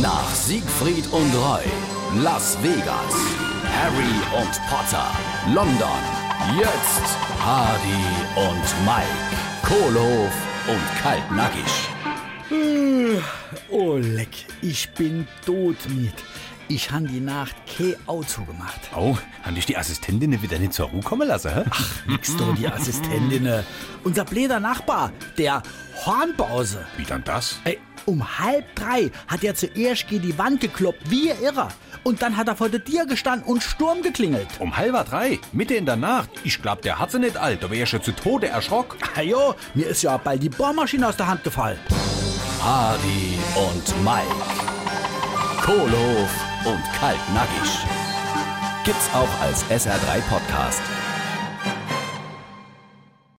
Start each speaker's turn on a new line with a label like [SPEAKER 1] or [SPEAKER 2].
[SPEAKER 1] Nach Siegfried und Roy, Las Vegas, Harry und Potter, London, jetzt Hardy und Mike, Kohlhof und Kaltnackig.
[SPEAKER 2] Oh, leck, ich bin tot mit. Ich han die Nacht kein Auto gemacht.
[SPEAKER 3] Oh, haben dich die Assistentinnen wieder nicht zur Ruhe kommen lassen, hä? Ach,
[SPEAKER 2] Nix doch, die Assistentinne. Unser bläder Nachbar, der Hornbause.
[SPEAKER 3] wie dann das?
[SPEAKER 2] Ey, um halb drei hat er zuerst gegen die Wand gekloppt, wie ihr Irrer. Und dann hat er vor der Tür gestanden und Sturm geklingelt.
[SPEAKER 3] Um halber drei, Mitte in der Nacht. Ich glaub, der hat sie nicht alt, aber er schon zu Tode erschrock.
[SPEAKER 2] Ajo, mir ist ja bald die Bohrmaschine aus der Hand gefallen.
[SPEAKER 1] Hardy und Mike. Kohlof und Kaltnackig. Gibt's auch als SR3 Podcast